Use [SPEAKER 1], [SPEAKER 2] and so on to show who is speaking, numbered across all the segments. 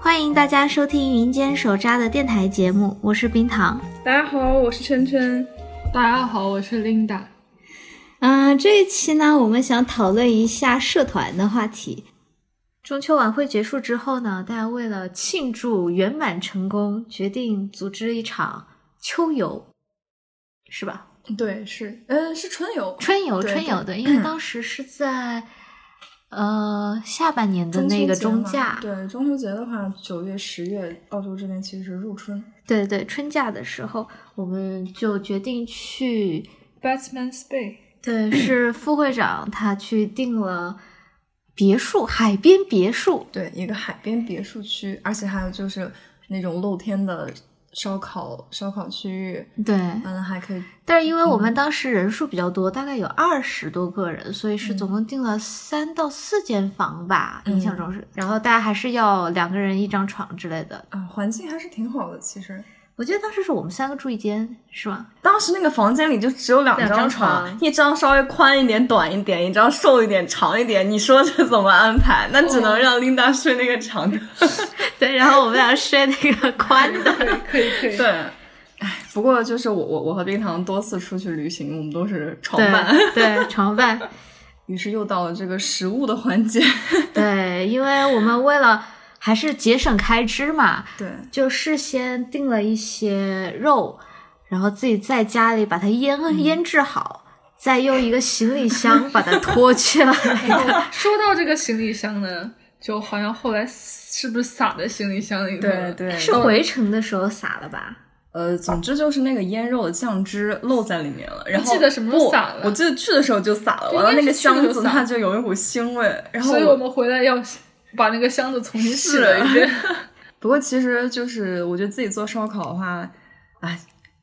[SPEAKER 1] 欢迎大家收听云间手札的电台节目，我是冰糖。
[SPEAKER 2] 大家好，我是琛琛。
[SPEAKER 3] 大家好，我是 Linda。
[SPEAKER 1] 嗯、这一期呢，我们想讨论一下社团的话题。中秋晚会结束之后呢，大家为了庆祝圆满成功，决定组织一场秋游，是吧？
[SPEAKER 2] 对，是，呃，是春游，
[SPEAKER 1] 春游，
[SPEAKER 2] 对
[SPEAKER 1] 春游对，因为当时是在呃下半年的
[SPEAKER 2] 中秋
[SPEAKER 1] 那个
[SPEAKER 2] 节
[SPEAKER 1] 中
[SPEAKER 2] 嘛
[SPEAKER 1] 假，
[SPEAKER 2] 对，中秋节的话，九月、十月，澳洲这边其实是入春。
[SPEAKER 1] 对对，春假的时候，我们就决定去
[SPEAKER 2] Batman's Bay，
[SPEAKER 1] 对， 是副会长他去订了别墅，海边别墅。
[SPEAKER 2] 对，一个海边别墅区，而且还有就是那种露天的烧烤烧烤区域，
[SPEAKER 1] 对，
[SPEAKER 2] 嗯，还可以，
[SPEAKER 1] 但是因为我们当时人数比较多，大概有二十多个人，所以是
[SPEAKER 2] 嗯
[SPEAKER 1] 总共订了三到四间房吧，印象中是。然后大家还是要两个人一张床之类的。
[SPEAKER 2] 啊，环境还是挺好的。其实
[SPEAKER 1] 我记得当时是我们三个住一间，是吗？
[SPEAKER 2] 当时那个房间里就只有两
[SPEAKER 1] 两张
[SPEAKER 2] 张
[SPEAKER 1] 床
[SPEAKER 2] 一张稍微宽一点、短一点，一张瘦一点、长一点。你说这怎么安排？那只
[SPEAKER 3] 哦
[SPEAKER 2] 能让琳达睡那个长 的。
[SPEAKER 1] 对，然后我们俩睡那 个宽的。
[SPEAKER 3] 可以可以
[SPEAKER 2] 对，哎，不过就是我我我和冰糖多次出去旅行，我们都是床伴，
[SPEAKER 1] 对 对，床伴。
[SPEAKER 2] 于是又到了这个食物的环节。
[SPEAKER 1] 对，因为我们为了还是节省开支嘛，
[SPEAKER 2] 对，
[SPEAKER 1] 就事先订了一些肉，然后自己在家里把它腌哎腌制好，再用一个行李箱把它拖起 来。
[SPEAKER 3] 说到这个行李箱呢，就好像后来是不是撒在行李箱里头了？
[SPEAKER 2] 对
[SPEAKER 1] 是回程的时候撒了吧？
[SPEAKER 2] 呃，总之就是那个腌肉的酱汁漏在里面了，然后
[SPEAKER 3] 记得什么时候
[SPEAKER 2] 不
[SPEAKER 3] 撒了
[SPEAKER 2] 我记得去的时候就撒了，
[SPEAKER 3] 对
[SPEAKER 2] 完了
[SPEAKER 3] 应该
[SPEAKER 2] 那个
[SPEAKER 3] 是去的时
[SPEAKER 2] 箱
[SPEAKER 3] 候
[SPEAKER 2] 子
[SPEAKER 3] 撒
[SPEAKER 2] 它就有一股腥味，然后
[SPEAKER 3] 所以我们回来要把那个箱子重新洗了一遍。
[SPEAKER 2] 不过其实就是我觉得自己做烧烤的话，哎，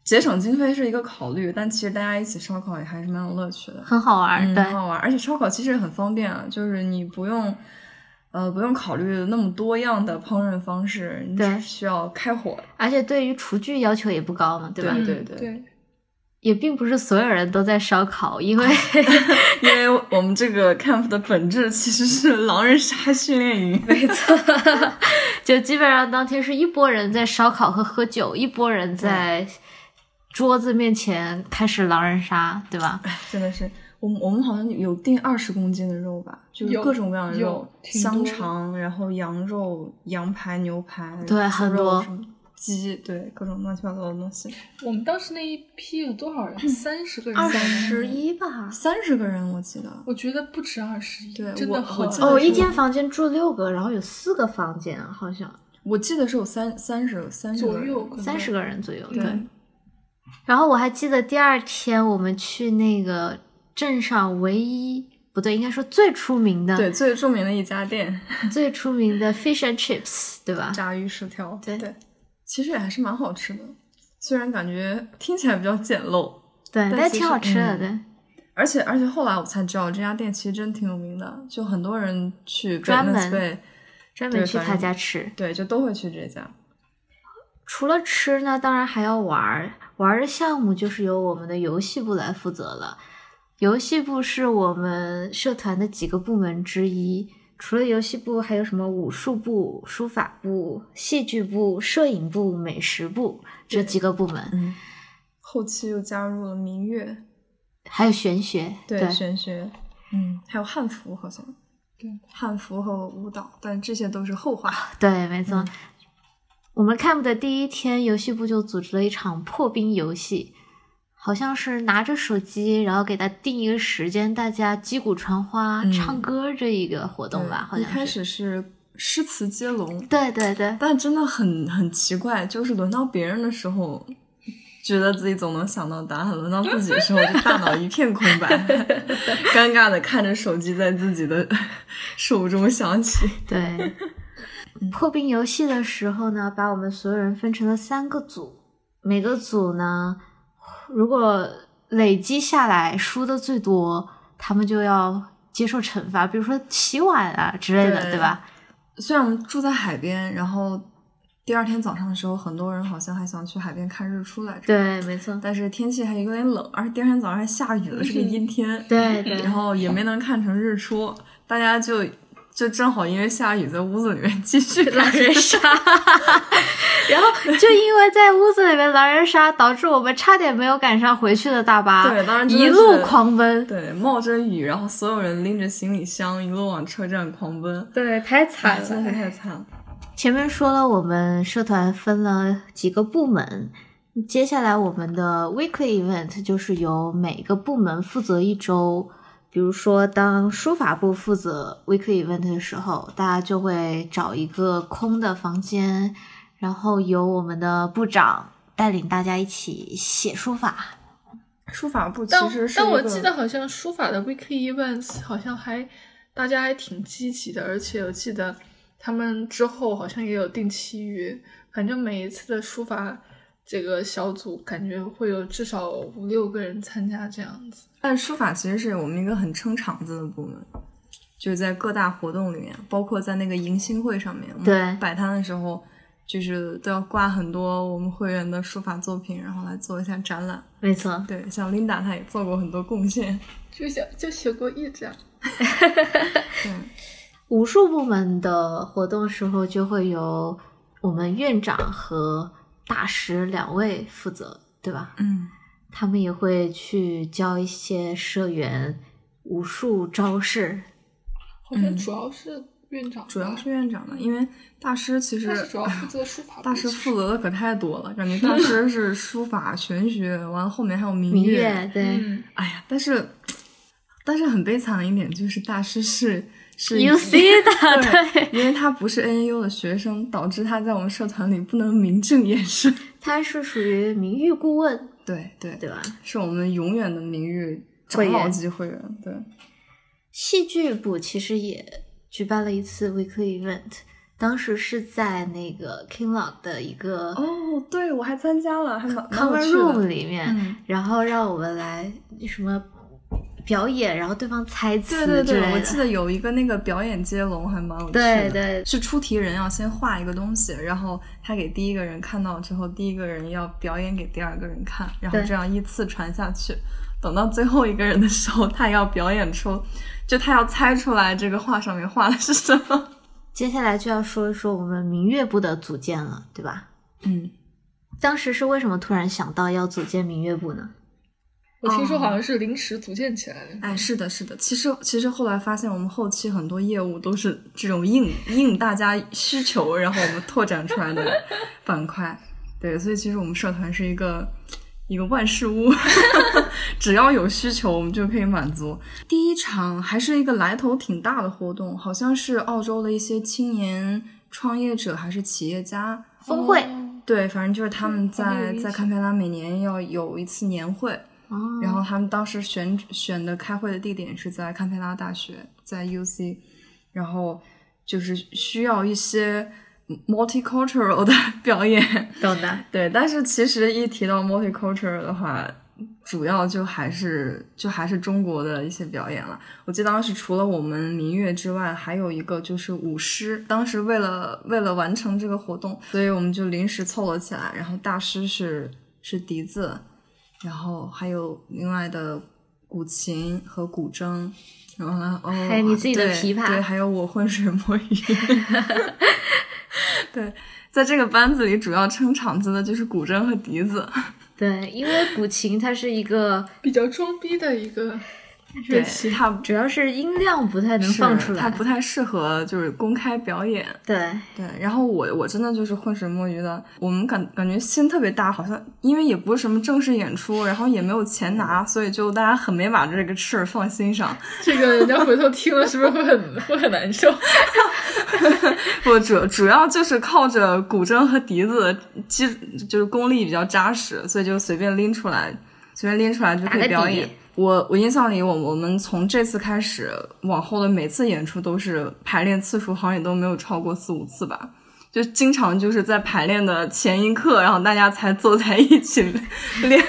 [SPEAKER 2] 节省经费是一个考虑，但其实大家一起烧烤也还是蛮有乐趣的。
[SPEAKER 1] 很好玩，
[SPEAKER 2] 嗯，
[SPEAKER 1] 对
[SPEAKER 2] 很好玩，而且烧烤其实很方便啊，就是你不用，呃，不用考虑那么多样的烹饪方式，你
[SPEAKER 1] 对
[SPEAKER 2] 只需要开火。
[SPEAKER 1] 而且对于厨具要求也不高嘛，对吧？
[SPEAKER 2] 对
[SPEAKER 3] 嗯
[SPEAKER 2] 对对
[SPEAKER 3] 对，
[SPEAKER 1] 也并不是所有人都在烧烤，因为
[SPEAKER 2] 因为我们这个 camp 的本质其实是狼人杀训练营，没错，
[SPEAKER 1] 就基本上当天是一拨人在烧烤和喝酒，一拨人在桌子面前开始狼人杀，对吧？
[SPEAKER 2] 真的是。我们我们好像有订二十公斤的肉吧，就是
[SPEAKER 3] 有
[SPEAKER 2] 各种各样的肉
[SPEAKER 3] 有，挺多
[SPEAKER 2] 香
[SPEAKER 3] 的
[SPEAKER 2] 肠，然后羊肉、羊排、牛排，
[SPEAKER 1] 对
[SPEAKER 2] 猪肉
[SPEAKER 1] 很多
[SPEAKER 2] 什么鸡，对各种乱七八糟的东西。
[SPEAKER 3] 我们当时那一批有多少人？三十个人。
[SPEAKER 1] 二十一吧，
[SPEAKER 2] 三十个人我记得，
[SPEAKER 3] 我觉得不止二十一，
[SPEAKER 2] 对
[SPEAKER 3] 真
[SPEAKER 2] 我
[SPEAKER 3] 的
[SPEAKER 2] 我
[SPEAKER 3] 好
[SPEAKER 2] 记得
[SPEAKER 1] 哦，
[SPEAKER 2] 是
[SPEAKER 1] 一间房间住六个，然后有四个房间，好像
[SPEAKER 2] 我记得是有三三十三十个
[SPEAKER 3] 左
[SPEAKER 2] 人
[SPEAKER 3] 右，可能
[SPEAKER 1] 三十个人左右。
[SPEAKER 3] 对
[SPEAKER 1] 对。然后我还记得第二天我们去那个镇上唯一不对，应该说最出名的、
[SPEAKER 2] 对，最著名的一家店，
[SPEAKER 1] 最出名的 fish and chips，对 吧？
[SPEAKER 2] 炸鱼薯条。
[SPEAKER 1] 对
[SPEAKER 2] 其实也还是蛮好吃的，虽然感觉听起来比较简陋，
[SPEAKER 1] 对，但
[SPEAKER 2] 其
[SPEAKER 1] 挺
[SPEAKER 2] 实
[SPEAKER 1] 好吃的，
[SPEAKER 2] 嗯
[SPEAKER 1] 对，
[SPEAKER 2] 而且而且后来我才知道这家店其实真挺有名的，就很多人去
[SPEAKER 1] 专门
[SPEAKER 2] Batman's Bay，
[SPEAKER 1] 专门
[SPEAKER 2] 对
[SPEAKER 1] 去
[SPEAKER 2] 反
[SPEAKER 1] 他
[SPEAKER 2] 正
[SPEAKER 1] 家吃。
[SPEAKER 2] 对，就都会去这家。
[SPEAKER 1] 除了吃呢，当然还要玩儿。玩儿的项目就是由我们的游戏部来负责了。游戏部是我们社团的几个部门之一，除了游戏部，还有什么武术部、书法部、戏剧部、摄影部、美食部这几个部门，
[SPEAKER 2] 嗯，后期又加入了民乐，
[SPEAKER 1] 还有玄学。对
[SPEAKER 2] 玄学，嗯，还有汉服好像，
[SPEAKER 3] 对，
[SPEAKER 2] 汉服和舞蹈，但这些都是后话。
[SPEAKER 1] 对没错。
[SPEAKER 2] 嗯
[SPEAKER 1] 我们 camp 的第一天，游戏部就组织了一场破冰游戏，好像是拿着手机，然后给他定一个时间，大家击鼓传花、
[SPEAKER 2] 嗯
[SPEAKER 1] 唱歌这一个活动吧，好
[SPEAKER 2] 对一
[SPEAKER 1] 像
[SPEAKER 2] 开
[SPEAKER 1] 是。
[SPEAKER 2] 始是诗词接龙，
[SPEAKER 1] 对对 对，
[SPEAKER 2] 但真的很很奇怪，就是轮到别人的时候，觉得自己总能想到答案；轮到自己的时候，就大脑一片空白， 尴尬的看着手机在自己的手中响起。
[SPEAKER 1] 对，
[SPEAKER 2] 嗯
[SPEAKER 1] 破冰游戏的时候呢，把我们所有人分成了三个组，每个组呢，如果累积下来输的最多，他们就要接受惩罚，比如说洗碗啊之类的，
[SPEAKER 2] 对
[SPEAKER 1] 对吧？
[SPEAKER 2] 虽然我们住在海边，然后第二天早上的时候，很多人好像还想去海边看日出来着，
[SPEAKER 1] 对，没错，
[SPEAKER 2] 但是天气还有点冷，而且第二天早上还下雨了，是个阴天。
[SPEAKER 1] 嗯对对
[SPEAKER 2] 然后也没能看成日出，大家就就正好因为下雨，在屋子里面继续
[SPEAKER 1] 狼
[SPEAKER 2] 看
[SPEAKER 1] 人杀，然后就因为在屋子里面狼人杀，导致我们差点没有赶上回去的大巴，
[SPEAKER 2] 对当然真的
[SPEAKER 1] 一路
[SPEAKER 2] 是
[SPEAKER 1] 狂奔，
[SPEAKER 2] 对，冒着雨，然后所有人拎着行李箱一路往车站狂奔，
[SPEAKER 1] 对，太
[SPEAKER 2] 哎
[SPEAKER 1] 惨
[SPEAKER 2] 真是太惨了。
[SPEAKER 1] 前面说了，我们社团分了几个部门，接下来我们的 weekly event 就是由每个部门负责一周。比如说，当书法部负责 weekly event 的时候，大家就会找一个空的房间，然后由我们的部长带领大家一起写书法。
[SPEAKER 2] 书法部其
[SPEAKER 3] 但
[SPEAKER 2] 实是
[SPEAKER 3] 但
[SPEAKER 2] 一
[SPEAKER 3] 我
[SPEAKER 2] 个
[SPEAKER 3] 记得好像书法的 weekly events 好像还大家还挺积极的，而且我记得他们之后好像也有定期约，反正每一次的书法这个小组感觉会有至少五六个人参加这样子。
[SPEAKER 2] 但书法其实是我们一个很撑场子的部门，就是在各大活动里面，包括在那个迎新会上面，我们
[SPEAKER 1] 对
[SPEAKER 2] 摆摊的时候，就是都要挂很多我们会员的书法作品，然后来做一下展览。
[SPEAKER 1] 没错，
[SPEAKER 2] 对，像 Linda 她也做过很多贡献。
[SPEAKER 3] 就写就写过一张，
[SPEAKER 2] 对，
[SPEAKER 1] 武术部门的活动时候就会由我们院长和大师两位负责，对吧？
[SPEAKER 2] 嗯，
[SPEAKER 1] 他们也会去教一些社员武术招式。
[SPEAKER 3] 好像
[SPEAKER 2] 嗯
[SPEAKER 3] 主要是院长吧，
[SPEAKER 2] 主要是院长嘛，因为大师其实
[SPEAKER 3] 他是主要负责书法 部，
[SPEAKER 2] 大师
[SPEAKER 3] 其实
[SPEAKER 2] 负责的可太多了，感觉大师是书法、玄学，完了后面还有民
[SPEAKER 1] 明月，对、
[SPEAKER 3] 嗯，
[SPEAKER 2] 哎呀，但是但是很悲惨的一点就是大师是是
[SPEAKER 1] u see 的，
[SPEAKER 2] 对
[SPEAKER 1] 对，
[SPEAKER 2] 因为他不是 NAU 的学生，导致他在我们社团里不能名正言顺。
[SPEAKER 1] 他是属于名誉顾问，
[SPEAKER 2] 对对，
[SPEAKER 1] 对吧？
[SPEAKER 2] 是我们永远的名誉
[SPEAKER 1] 会
[SPEAKER 2] 长
[SPEAKER 1] 员
[SPEAKER 2] 老级会员。对，
[SPEAKER 1] 戏剧部其实也举办了一次 weekly event，当时是在那个 King Lock 的一个
[SPEAKER 2] 哦，对我还参加了，还蛮蛮
[SPEAKER 1] common
[SPEAKER 2] 有趣
[SPEAKER 1] room
[SPEAKER 2] 的。
[SPEAKER 1] 里面，
[SPEAKER 2] 嗯，
[SPEAKER 1] 然后让我们来什么表演，然后对方猜词
[SPEAKER 2] 对对
[SPEAKER 1] 之类
[SPEAKER 2] 对，
[SPEAKER 1] 的
[SPEAKER 2] 我记得有一个那个表演接龙还蛮有趣
[SPEAKER 1] 对
[SPEAKER 2] 的。
[SPEAKER 1] 对
[SPEAKER 2] 是出题人要先画一个东西，然后他给第一个人看到之后，第一个人要表演给第二个人看，然后
[SPEAKER 1] 对
[SPEAKER 2] 这样依次传下去。等到最后一个人的时候，他要表演出，就他要猜出来这个画上面画的是什么。
[SPEAKER 1] 接下来就要说一说我们明月部的组建了，对吧？
[SPEAKER 2] 嗯，
[SPEAKER 1] 当时是为什么突然想到要组建民乐部呢？
[SPEAKER 3] 我听说好像是临时组建起来的，
[SPEAKER 2] 哎，是的，是的。其实，其实后来发现，我们后期很多业务都是这种应应大家需求，然后我们拓展出来的板块。对，所以其实我们社团是一个一个万事屋， 只要有需求，我们就可以满足。第一场还是一个来头挺大的活动，好像是澳洲的一些青年创业者还是企业家
[SPEAKER 1] 峰会
[SPEAKER 3] 哦
[SPEAKER 2] 对，反正就是他们
[SPEAKER 3] 嗯好像有
[SPEAKER 2] 在
[SPEAKER 3] 印
[SPEAKER 2] 在
[SPEAKER 3] 象
[SPEAKER 2] 堪培拉每年要有一次年会，
[SPEAKER 1] 哦
[SPEAKER 2] 然后他们当时选选的开会的地点是在堪培拉大学，在 UC，然后就是需要一些 multicultural 的表演。
[SPEAKER 1] 懂的，
[SPEAKER 2] 对，但是其实一提到 multicultural 的话，主要就还是就还是中国的一些表演了。我记得当时除了我们民乐之外，还有一个就是舞狮。当时为了为了完成这个活动，所以我们就临时凑了起来。然后大师是是笛子，然后还有另外的古琴和古筝。然后呢，哦，
[SPEAKER 1] 还有你自己的
[SPEAKER 2] 对
[SPEAKER 1] 琵琶
[SPEAKER 2] 对，还有我浑水摸鱼。 对，在这个班子里，主要撑场子的就是古筝和笛子。
[SPEAKER 1] 对，因为古琴它是一个，
[SPEAKER 3] 比较装逼的一个乐
[SPEAKER 2] 对，
[SPEAKER 3] 器，
[SPEAKER 2] 它
[SPEAKER 1] 主要是音量不太能
[SPEAKER 2] 是
[SPEAKER 1] 放出
[SPEAKER 2] 它
[SPEAKER 1] 来，
[SPEAKER 2] 不太适合就是公开表演。
[SPEAKER 1] 对，
[SPEAKER 2] 对，然后我我真的就是浑水摸鱼的，我们感感觉心特别大，好像因为也不是什么正式演出，然后也没有钱拿，所以就大家很没把这个事儿放心上。
[SPEAKER 3] 这个人家回头听了是不是会很会很难受？
[SPEAKER 2] 我主主要就是靠着古筝和笛子，基就是功力比较扎实，所以就随便拎出来，随便拎出来就可以表
[SPEAKER 1] 打个
[SPEAKER 2] 演
[SPEAKER 1] 底。
[SPEAKER 2] 我我印象里，我我们从这次开始往后的每次演出都是排练次数，好像也都没有超过四五次吧。就经常就是在排练的前一刻，然后大家才坐在一起练，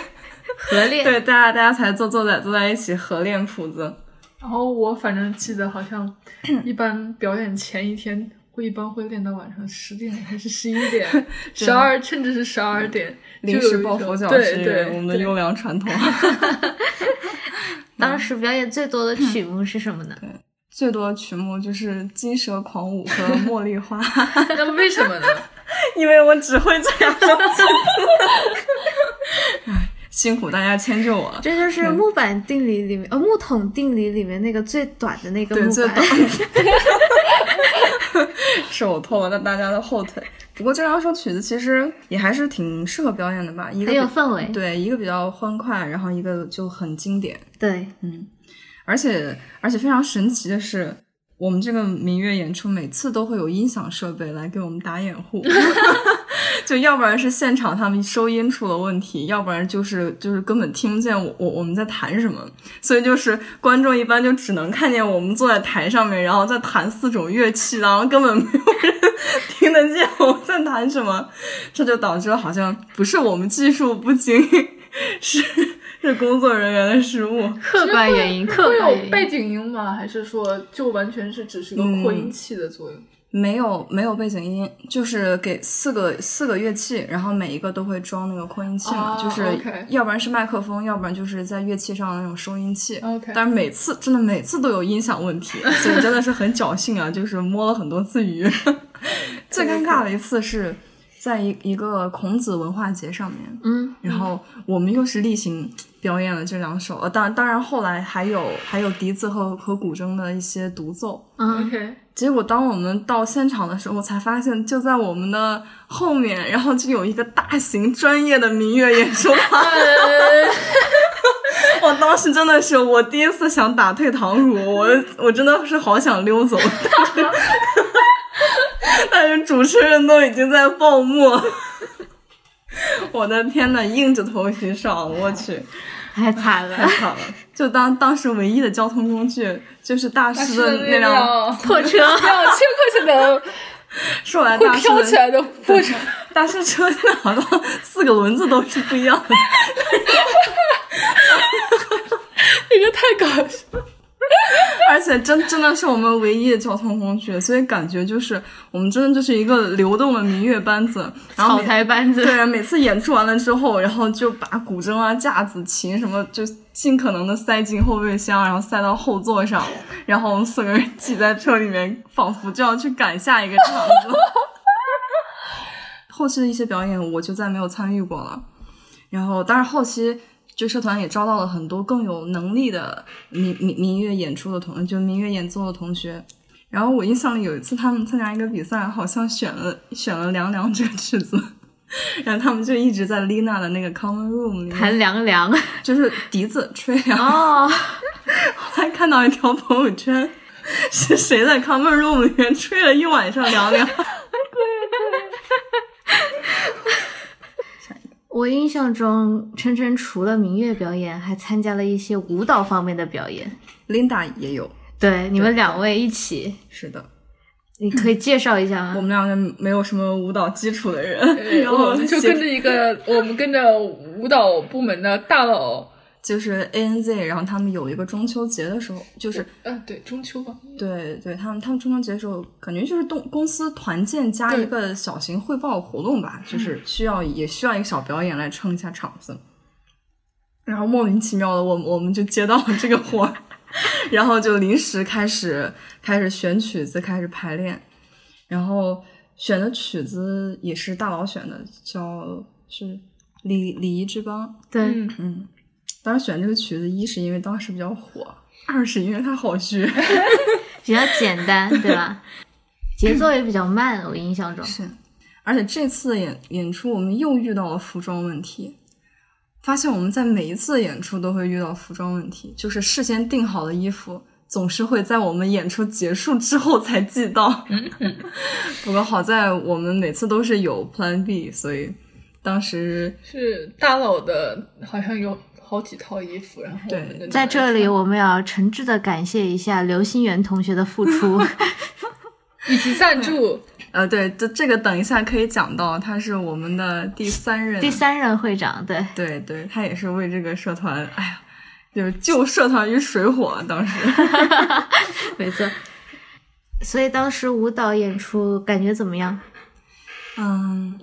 [SPEAKER 1] 合练，
[SPEAKER 2] 对，大家大家才坐坐在坐在一起合练谱子。
[SPEAKER 3] 然后我反正记得好像一般表演前一天会一般会练到晚上十点还是十一点、 十二，甚至是十二点，
[SPEAKER 2] 临
[SPEAKER 3] 就有
[SPEAKER 2] 时
[SPEAKER 3] 一
[SPEAKER 2] 抱
[SPEAKER 3] 种
[SPEAKER 2] 佛脚
[SPEAKER 3] 对
[SPEAKER 2] 是
[SPEAKER 3] 对，
[SPEAKER 2] 我们的
[SPEAKER 3] 对
[SPEAKER 2] 优良传统。
[SPEAKER 1] 当时表演最多的曲目是什么呢？
[SPEAKER 2] 最多的曲目就是《金蛇狂舞》和《茉莉花》
[SPEAKER 3] 那为什 么呢？
[SPEAKER 2] 因为我只会这两首曲子。唉辛苦大家迁就我了。
[SPEAKER 1] 这就是木板定理里面，呃、木桶定理里面那个最短的那个
[SPEAKER 2] 对，
[SPEAKER 1] 木
[SPEAKER 2] 最
[SPEAKER 1] 板
[SPEAKER 2] 短。 是我拖了大家的后腿。不过这两首曲子其实也还是挺适合表演的吧，一个
[SPEAKER 1] 很有
[SPEAKER 2] 比
[SPEAKER 1] 氛围。
[SPEAKER 2] 对，一个比较欢快，然后一个就很经典。
[SPEAKER 1] 对
[SPEAKER 2] 而且而且非常神奇的是，我们这个民乐演出每次都会有音响设备来给我们打掩护， 就要不然是现场他们收音出了问题，要不然就是就是根本听不见我我我们在弹什么，所以就是观众一般就只能看见我们坐在台上面，然后在弹四种乐器，然后根本没有人 听得见我们在弹什么，这就导致了好像不是我们技术不精， 是是工作人员的失误。
[SPEAKER 1] 客观原因，客
[SPEAKER 3] 会
[SPEAKER 1] 观
[SPEAKER 3] 有
[SPEAKER 1] 原
[SPEAKER 3] 背
[SPEAKER 1] 因。
[SPEAKER 3] 景音吗？还是说就完全是只是个扩音器的作用？
[SPEAKER 2] 没有没有背景音，就是给四个四个乐器，然后每一个都会装那个扩音器嘛，
[SPEAKER 3] 哦
[SPEAKER 2] 就是
[SPEAKER 3] OK
[SPEAKER 2] 要不然是麦克风，要不然就是在乐器上的那种收音器。
[SPEAKER 3] OK
[SPEAKER 2] 但是每次真的每次都有音响问题，所以真的是很侥幸啊，就是摸了很多次鱼。 最尴尬的一次是在一一个孔子文化节上面，
[SPEAKER 1] 嗯，
[SPEAKER 2] 然后我们又是例行表演了这两首，呃，当当然后来还有还有笛子和和古筝的一些独奏。
[SPEAKER 1] 嗯，
[SPEAKER 3] OK，
[SPEAKER 2] 结果当我们到现场的时候，才发现就在我们的后面，然后就有一个大型专业的民乐演出团。
[SPEAKER 3] 呃
[SPEAKER 2] 我当时真的是，我第一次想打退堂鼓，我我真的是好想溜 走，但是但是主持人都已经在报幕了。我的天呐，硬着头皮上，我去，
[SPEAKER 1] 太惨了
[SPEAKER 2] 太，惨了！就当当时唯一的交通工具就是大师的那
[SPEAKER 3] 那
[SPEAKER 2] 辆，
[SPEAKER 3] 辆
[SPEAKER 1] 破 车。
[SPEAKER 3] 两千块 钱的
[SPEAKER 2] 说来大
[SPEAKER 3] 会
[SPEAKER 2] 师的
[SPEAKER 3] 飘起来的破车，
[SPEAKER 2] 大师车现在好像四个轮子都是不一样的。
[SPEAKER 3] 这个太搞笑了。
[SPEAKER 2] 而且真真的是我们唯一的交通工具，所以感觉就是我们真的就是一个流动的民乐班子，然后
[SPEAKER 1] 草
[SPEAKER 2] 每
[SPEAKER 1] 台班子，
[SPEAKER 2] 对，啊每次演出完了之后，然后就把古筝啊、架子、琴什么，就尽可能的塞进后备箱，然后塞到后座上，然后我们四个人挤在车里面，仿佛就要去赶下一个场子。 后期的一些表演，我就再没有参与过了。然后，但是后期就社团也招到了很多更有能力的民民民乐演出的同，就民乐演奏的同学。然后我印象里有一次他们参加一个比赛，好像选了选了《凉凉》这个曲子， 然后他们就一直在 Lina 的那个 common room 里面，
[SPEAKER 1] 谭凉凉。
[SPEAKER 2] 就是笛子吹凉。
[SPEAKER 1] 哦，
[SPEAKER 2] 还看到一条朋友圈，是谁在 common room 里面吹了一晚上凉凉？
[SPEAKER 1] 我印象中，晨晨除了民乐表演，还参加了一些舞蹈方面的表演。
[SPEAKER 2] Linda 也有，
[SPEAKER 1] 对，你们两位一起，
[SPEAKER 2] 是的，
[SPEAKER 1] 你可以介绍一下吗？
[SPEAKER 2] 我们两个没有什么舞蹈基础的人，嗯然
[SPEAKER 3] 我
[SPEAKER 2] 后
[SPEAKER 3] 们就
[SPEAKER 2] 写
[SPEAKER 3] 跟着一个，我们跟着舞蹈部门的大佬，
[SPEAKER 2] 就是 ANZ，然后他们有一个中秋节的时候，就是
[SPEAKER 3] 嗯、对，中秋嘛，
[SPEAKER 2] 对对，他们他们中秋节的时候，感觉就是动公司团建加
[SPEAKER 3] 对
[SPEAKER 2] 一个小型汇报活动吧，就是需要也需要一个小表演来撑一下场子。然后莫名其妙的，我们我们就接到了这个活儿，然后就临时开始开始选曲子，开始排练，然后选的曲子也是大佬选的，叫是礼礼仪之邦，
[SPEAKER 1] 对，
[SPEAKER 3] 嗯，
[SPEAKER 2] 嗯，当时选这个曲子，一是因为当时比较火，二是因为它好学。
[SPEAKER 1] 比较简 单，对吧？节奏也比较慢，我印象中。
[SPEAKER 2] 是，而且这次演演出我们又遇到了服装问题，发现我们在每一次演出都会遇到服装问题，就是事先定好的衣服总是会在我们演出结束之后才寄到。 不过好在我们每次都是有 Plan B，所以当时
[SPEAKER 3] 是大佬的，好像有好几套衣服，然后
[SPEAKER 2] 对
[SPEAKER 3] 我们就
[SPEAKER 1] 在这里，我们要诚挚的感谢一下刘心源同学的付 出。
[SPEAKER 3] 以及赞助，
[SPEAKER 2] 呃，对，这这个等一下可以讲到，他是我们的第三任
[SPEAKER 1] 第三任会长，对，
[SPEAKER 2] 对对，他也是为这个社团，哎呀，就是救社团于水火。当时
[SPEAKER 1] 没错。所以当时舞蹈演出感觉怎么样？
[SPEAKER 2] 嗯，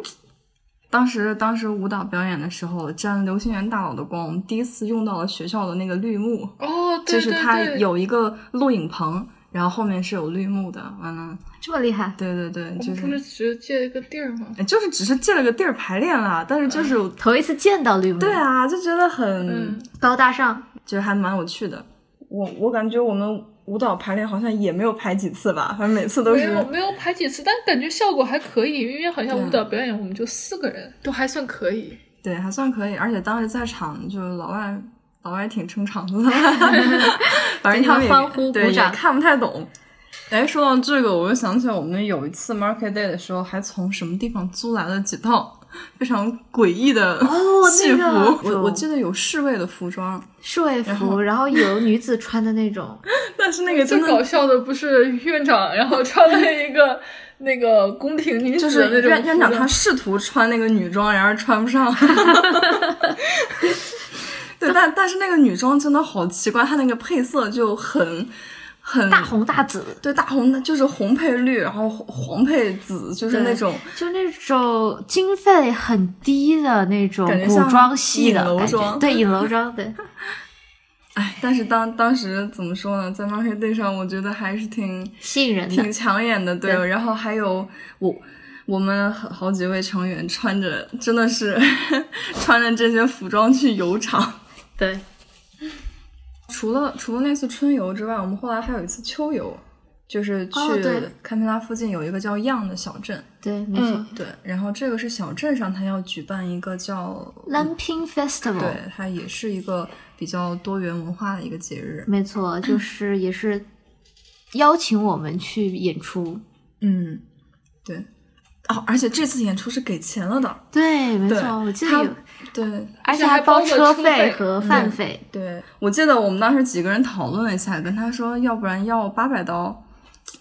[SPEAKER 2] 当时当时舞蹈表演的时候，沾流星园大佬的光，我们第一次用到了学校的那个绿幕，
[SPEAKER 3] 哦，对
[SPEAKER 2] 就是
[SPEAKER 3] 对
[SPEAKER 2] 它
[SPEAKER 3] 对
[SPEAKER 2] 有一个录影棚。然后后面是有绿幕的。完了，
[SPEAKER 1] 这么厉害，
[SPEAKER 2] 对对对，
[SPEAKER 3] 我
[SPEAKER 2] 就
[SPEAKER 3] 们不
[SPEAKER 2] 是
[SPEAKER 3] 是只借一个地儿吗？嗯
[SPEAKER 2] 就是只是借了个地儿排练啦，但是就是、
[SPEAKER 1] 头一次见到绿幕，
[SPEAKER 2] 对，啊，就觉得很、
[SPEAKER 3] 嗯，
[SPEAKER 1] 高大上，
[SPEAKER 2] 就是还蛮有趣的。我我感觉我们舞蹈排练好像也没有排几次吧，反正每次都
[SPEAKER 3] 没
[SPEAKER 2] 是
[SPEAKER 3] 有没有排几次，但感觉效果还可以，因为好像
[SPEAKER 2] 对啊
[SPEAKER 3] 舞蹈表演我们就四个人，都还算可以。
[SPEAKER 2] 对，还算可以，而且当时在场就是老外，老外挺撑 场子的，反
[SPEAKER 1] 对
[SPEAKER 2] 正
[SPEAKER 1] 你
[SPEAKER 2] 他
[SPEAKER 1] 们
[SPEAKER 2] 们也
[SPEAKER 1] 欢呼
[SPEAKER 2] 对
[SPEAKER 1] 鼓掌
[SPEAKER 2] 也看不太懂。哎，说到这个，我又想起来我们有一次 market day 的时候，还从什么地方租来了几套非常诡异的
[SPEAKER 1] 哦
[SPEAKER 2] 戏服，
[SPEAKER 1] 那个
[SPEAKER 2] 我我记得有侍卫的服装，
[SPEAKER 1] 侍卫
[SPEAKER 2] 然
[SPEAKER 1] 服，
[SPEAKER 2] 后
[SPEAKER 1] 然后有女子穿的那种，
[SPEAKER 2] 但是那个
[SPEAKER 3] 最
[SPEAKER 2] 真
[SPEAKER 3] 搞
[SPEAKER 2] 的
[SPEAKER 3] 笑的不是院长，然后穿了一个那个宫廷女
[SPEAKER 2] 就
[SPEAKER 3] 子的那
[SPEAKER 2] 是
[SPEAKER 3] 种
[SPEAKER 2] 院院长
[SPEAKER 3] 服
[SPEAKER 2] 他
[SPEAKER 3] 装
[SPEAKER 2] 试图穿那个女装，然而穿不上。 对，但但是那个女装真的好奇怪，它那个配色就很很
[SPEAKER 1] 大红大紫，
[SPEAKER 2] 对，大红的就是红配绿，然后黄黄配紫，就是那种
[SPEAKER 1] 就那种经费很低的那种
[SPEAKER 2] 感觉
[SPEAKER 1] 古
[SPEAKER 2] 像
[SPEAKER 1] 装戏的
[SPEAKER 2] 影楼
[SPEAKER 1] 感觉，
[SPEAKER 2] 装
[SPEAKER 1] 对，影楼装，对，
[SPEAKER 2] 哎。但是当当时怎么说呢，在 Market Day 上，我觉得还是挺
[SPEAKER 1] 吸引人的
[SPEAKER 2] 挺。抢眼的，对。
[SPEAKER 1] 对
[SPEAKER 2] 然后还有我。我们好好几位成员穿着真的是 穿着这些服装去游场，
[SPEAKER 1] 对，
[SPEAKER 2] 除了除了那次春游之外，我们后来还有一次秋游，就是去
[SPEAKER 1] 哦对
[SPEAKER 2] 堪培拉附近有一个叫漾的小镇，
[SPEAKER 1] 对，没错
[SPEAKER 3] 嗯，
[SPEAKER 2] 对。然后这个是小镇上，它要举办一个叫
[SPEAKER 1] ，Lamping
[SPEAKER 3] 嗯
[SPEAKER 1] Festival，
[SPEAKER 2] 对，它也是一个比较多元文化的一个节日。
[SPEAKER 1] 没错，就是 也是邀请我们去演出，
[SPEAKER 2] 嗯，对。哦，而且这次演出是给钱了的。
[SPEAKER 1] 对，没
[SPEAKER 2] 对
[SPEAKER 1] 错，我记得
[SPEAKER 2] 它
[SPEAKER 1] 有，
[SPEAKER 2] 对
[SPEAKER 1] 而且
[SPEAKER 3] 还包
[SPEAKER 1] 包
[SPEAKER 3] 了
[SPEAKER 1] 车
[SPEAKER 3] 车费
[SPEAKER 1] 和饭
[SPEAKER 2] 嗯
[SPEAKER 1] 费，
[SPEAKER 2] 对，我记得我们当时几个人讨论了一下，跟他说，要不然要八百刀。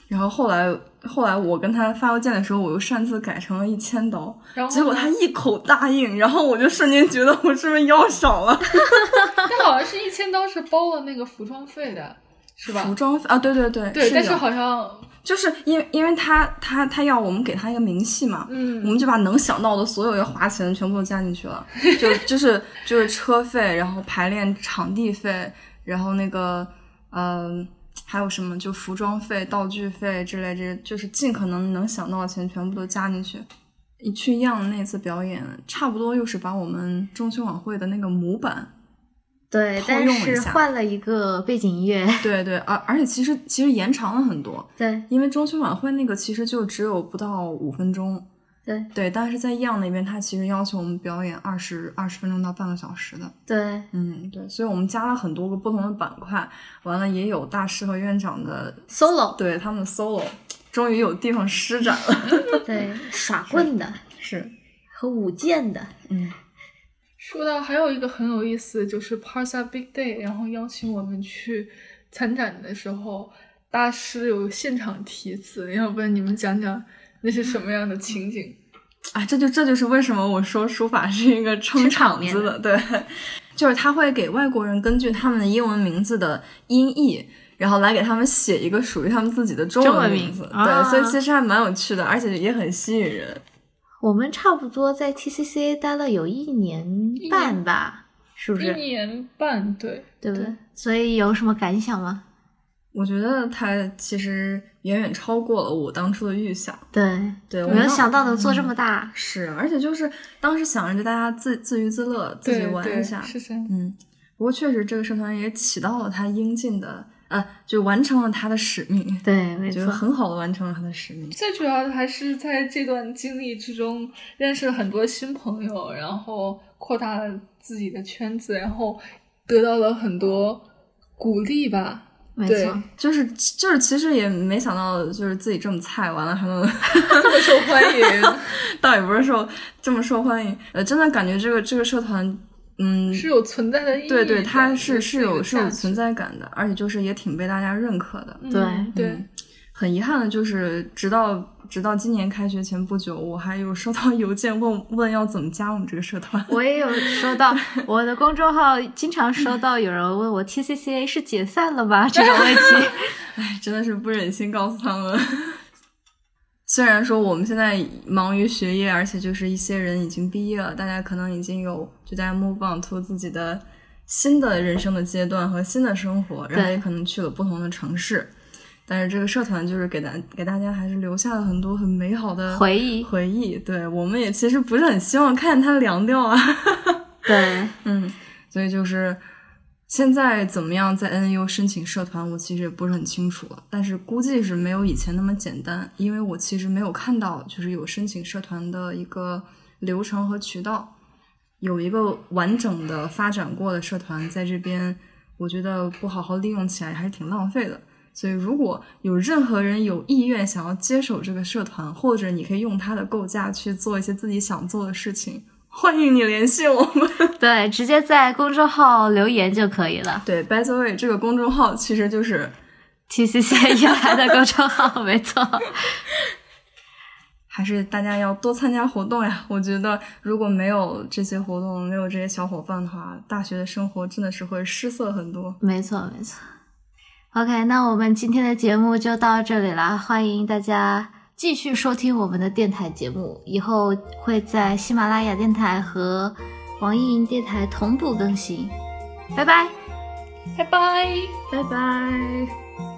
[SPEAKER 2] 然后后来，后来我跟他发邮件的时候，我又擅自改成了一千刀，
[SPEAKER 3] 然后
[SPEAKER 2] 结果他一口答应，然后我就瞬间觉得我是不是腰少了？
[SPEAKER 3] 他好像是一千刀是包了那个服装费的，是吧
[SPEAKER 2] 服？装费啊，对对对，
[SPEAKER 3] 对，但
[SPEAKER 2] 的
[SPEAKER 3] 是好像
[SPEAKER 2] 就是因为因为他他他要我们给他一个明细嘛，我
[SPEAKER 3] 嗯
[SPEAKER 2] 们就把能想到的所有要花钱的全部都加进去了，就就是就是车费，然后排练场地费，然后那个嗯、还有什么就服装费、道具费之类这，就是尽可能能想到的钱全部都加进去。一去样那次表演，差不多又是把我们中秋晚会的那个模板
[SPEAKER 1] 对，
[SPEAKER 2] 套
[SPEAKER 1] 但
[SPEAKER 2] 用了一
[SPEAKER 1] 是
[SPEAKER 2] 下
[SPEAKER 1] 换了一个背景音乐，
[SPEAKER 2] 对对，而而且其实其实延长了很多，
[SPEAKER 1] 对
[SPEAKER 2] 因为中秋晚会那个其实就只有不到五分钟，
[SPEAKER 1] 对
[SPEAKER 2] 对，但是在样那边他其实要求我们表演二十二十分钟到半个小时的，
[SPEAKER 1] 对，
[SPEAKER 2] 嗯，对，所以我们加了很多个不同的板块，完了也有大师和院长的
[SPEAKER 1] solo，
[SPEAKER 2] 对他们的 solo，终于有地方施展了，
[SPEAKER 1] 对，耍棍的
[SPEAKER 2] 是，
[SPEAKER 1] 和舞剑的，
[SPEAKER 2] 嗯，
[SPEAKER 3] 说到还有一个很有意思，就是 Parsa Big Day，然后邀请我们去参展的时候，大师有现场题词，要不然你们讲讲那是什么样的情景？
[SPEAKER 2] 啊，这就这就是为什么我说书法是一个撑
[SPEAKER 1] 吃场
[SPEAKER 2] 场
[SPEAKER 1] 面
[SPEAKER 2] 子的，对，就是他会给外国人根据他们的英文名字的音译，然后来给他们写一个属于他们自己的中
[SPEAKER 1] 中文
[SPEAKER 2] 文
[SPEAKER 1] 名
[SPEAKER 2] 字，
[SPEAKER 1] 啊
[SPEAKER 2] 对，所以其实还蛮有趣的，而且也很吸引人。
[SPEAKER 1] 我们差不多在 TCCA 待了有一年
[SPEAKER 3] 一
[SPEAKER 1] 半
[SPEAKER 3] 年
[SPEAKER 1] 吧，是不
[SPEAKER 2] 嗯
[SPEAKER 3] 一
[SPEAKER 1] 是？
[SPEAKER 3] 年半，对，
[SPEAKER 1] 对不对？所以有什么感想吗？
[SPEAKER 2] 我觉得他其实远远超过了我当初的预想，
[SPEAKER 1] 对，
[SPEAKER 2] 对，我
[SPEAKER 1] 没有
[SPEAKER 2] 当
[SPEAKER 1] 想到能做这么大，
[SPEAKER 2] 是，而且就是当时想着大家自自娱自乐，自己
[SPEAKER 3] 对
[SPEAKER 2] 玩
[SPEAKER 3] 对
[SPEAKER 2] 一下，
[SPEAKER 3] 是这样。
[SPEAKER 2] 嗯，不过确实这个社团也起到了它应尽的，呃，就完成了它的使命，
[SPEAKER 1] 对，没
[SPEAKER 2] 就
[SPEAKER 1] 错，
[SPEAKER 2] 很好的完成了它的使命。
[SPEAKER 3] 最主要的还是在这段经历之中认识了很多新朋友，然后扩大了自己的圈子，然后得到了很多鼓励吧。
[SPEAKER 1] 没
[SPEAKER 3] 对
[SPEAKER 1] 错，
[SPEAKER 2] 就是就是，其实也没想到，就是自己这么菜，完了还能，
[SPEAKER 3] 这么受欢迎，
[SPEAKER 2] 倒也不是说这么受欢迎，呃，真的感觉这个这个社团，嗯，
[SPEAKER 3] 是有存在的意义的。
[SPEAKER 2] 对对，它
[SPEAKER 3] 有
[SPEAKER 2] 是
[SPEAKER 3] 自己
[SPEAKER 2] 是
[SPEAKER 3] 的
[SPEAKER 2] 有是
[SPEAKER 3] 价
[SPEAKER 2] 有
[SPEAKER 3] 值
[SPEAKER 2] 存。在感的，而且就是也挺被大家认可的。
[SPEAKER 3] 嗯
[SPEAKER 1] 对
[SPEAKER 3] 对，
[SPEAKER 2] 嗯很遗憾的就是，直到直到今年开学前不久，我还有收到邮件问问要怎么加我们这个社团。
[SPEAKER 1] 我也有收到我的公众号，经常收到有人问我 TCCA 是解散了吗？这种问题，
[SPEAKER 2] 唉，真的是不忍心告诉他们。 虽然说我们现在忙于学业，而且就是一些人已经毕业了，大家可能已经有就大家 move on to 自己的新的人生的阶段和新的生活，然后
[SPEAKER 1] 对
[SPEAKER 2] 也可能去了不同的城市。但是这个社团就是给大给大家还是留下了很多很美好的
[SPEAKER 1] 回忆
[SPEAKER 2] 回忆。对，我们也其实不是很希望看它凉掉啊。
[SPEAKER 1] 对，
[SPEAKER 2] 嗯，所以就是现在怎么样在 NU 申请社团，我其实也不是很清楚了，但是估计是没有以前那么简单，因为我其实没有看到就是有申请社团的一个流程和渠道，有一个完整的发展过的社团在这边，我觉得不好好利用起来还是挺浪费的。所以，如果有任何人有意愿想要接手这个社团，或者你可以用它的构架去做一些自己想做的事情，欢迎你联系我们。
[SPEAKER 1] 对，直接在公众号留言就可以了。
[SPEAKER 2] 对，By the way，这个公众号其实就是
[SPEAKER 1] TCC 原来的公众号，没错。
[SPEAKER 2] 还是大家要多参加活动呀！我觉得如果没有这些活动，没有这些小伙伴的话，大学的生活真的是会失色很多。
[SPEAKER 1] 没错，没错。OK，那我们今天的节目就到这里啦，欢迎大家继续收听我们的电台节目，以后会在喜马拉雅电台和网易云电台同步更新，拜拜。
[SPEAKER 3] 拜拜。
[SPEAKER 2] 拜拜。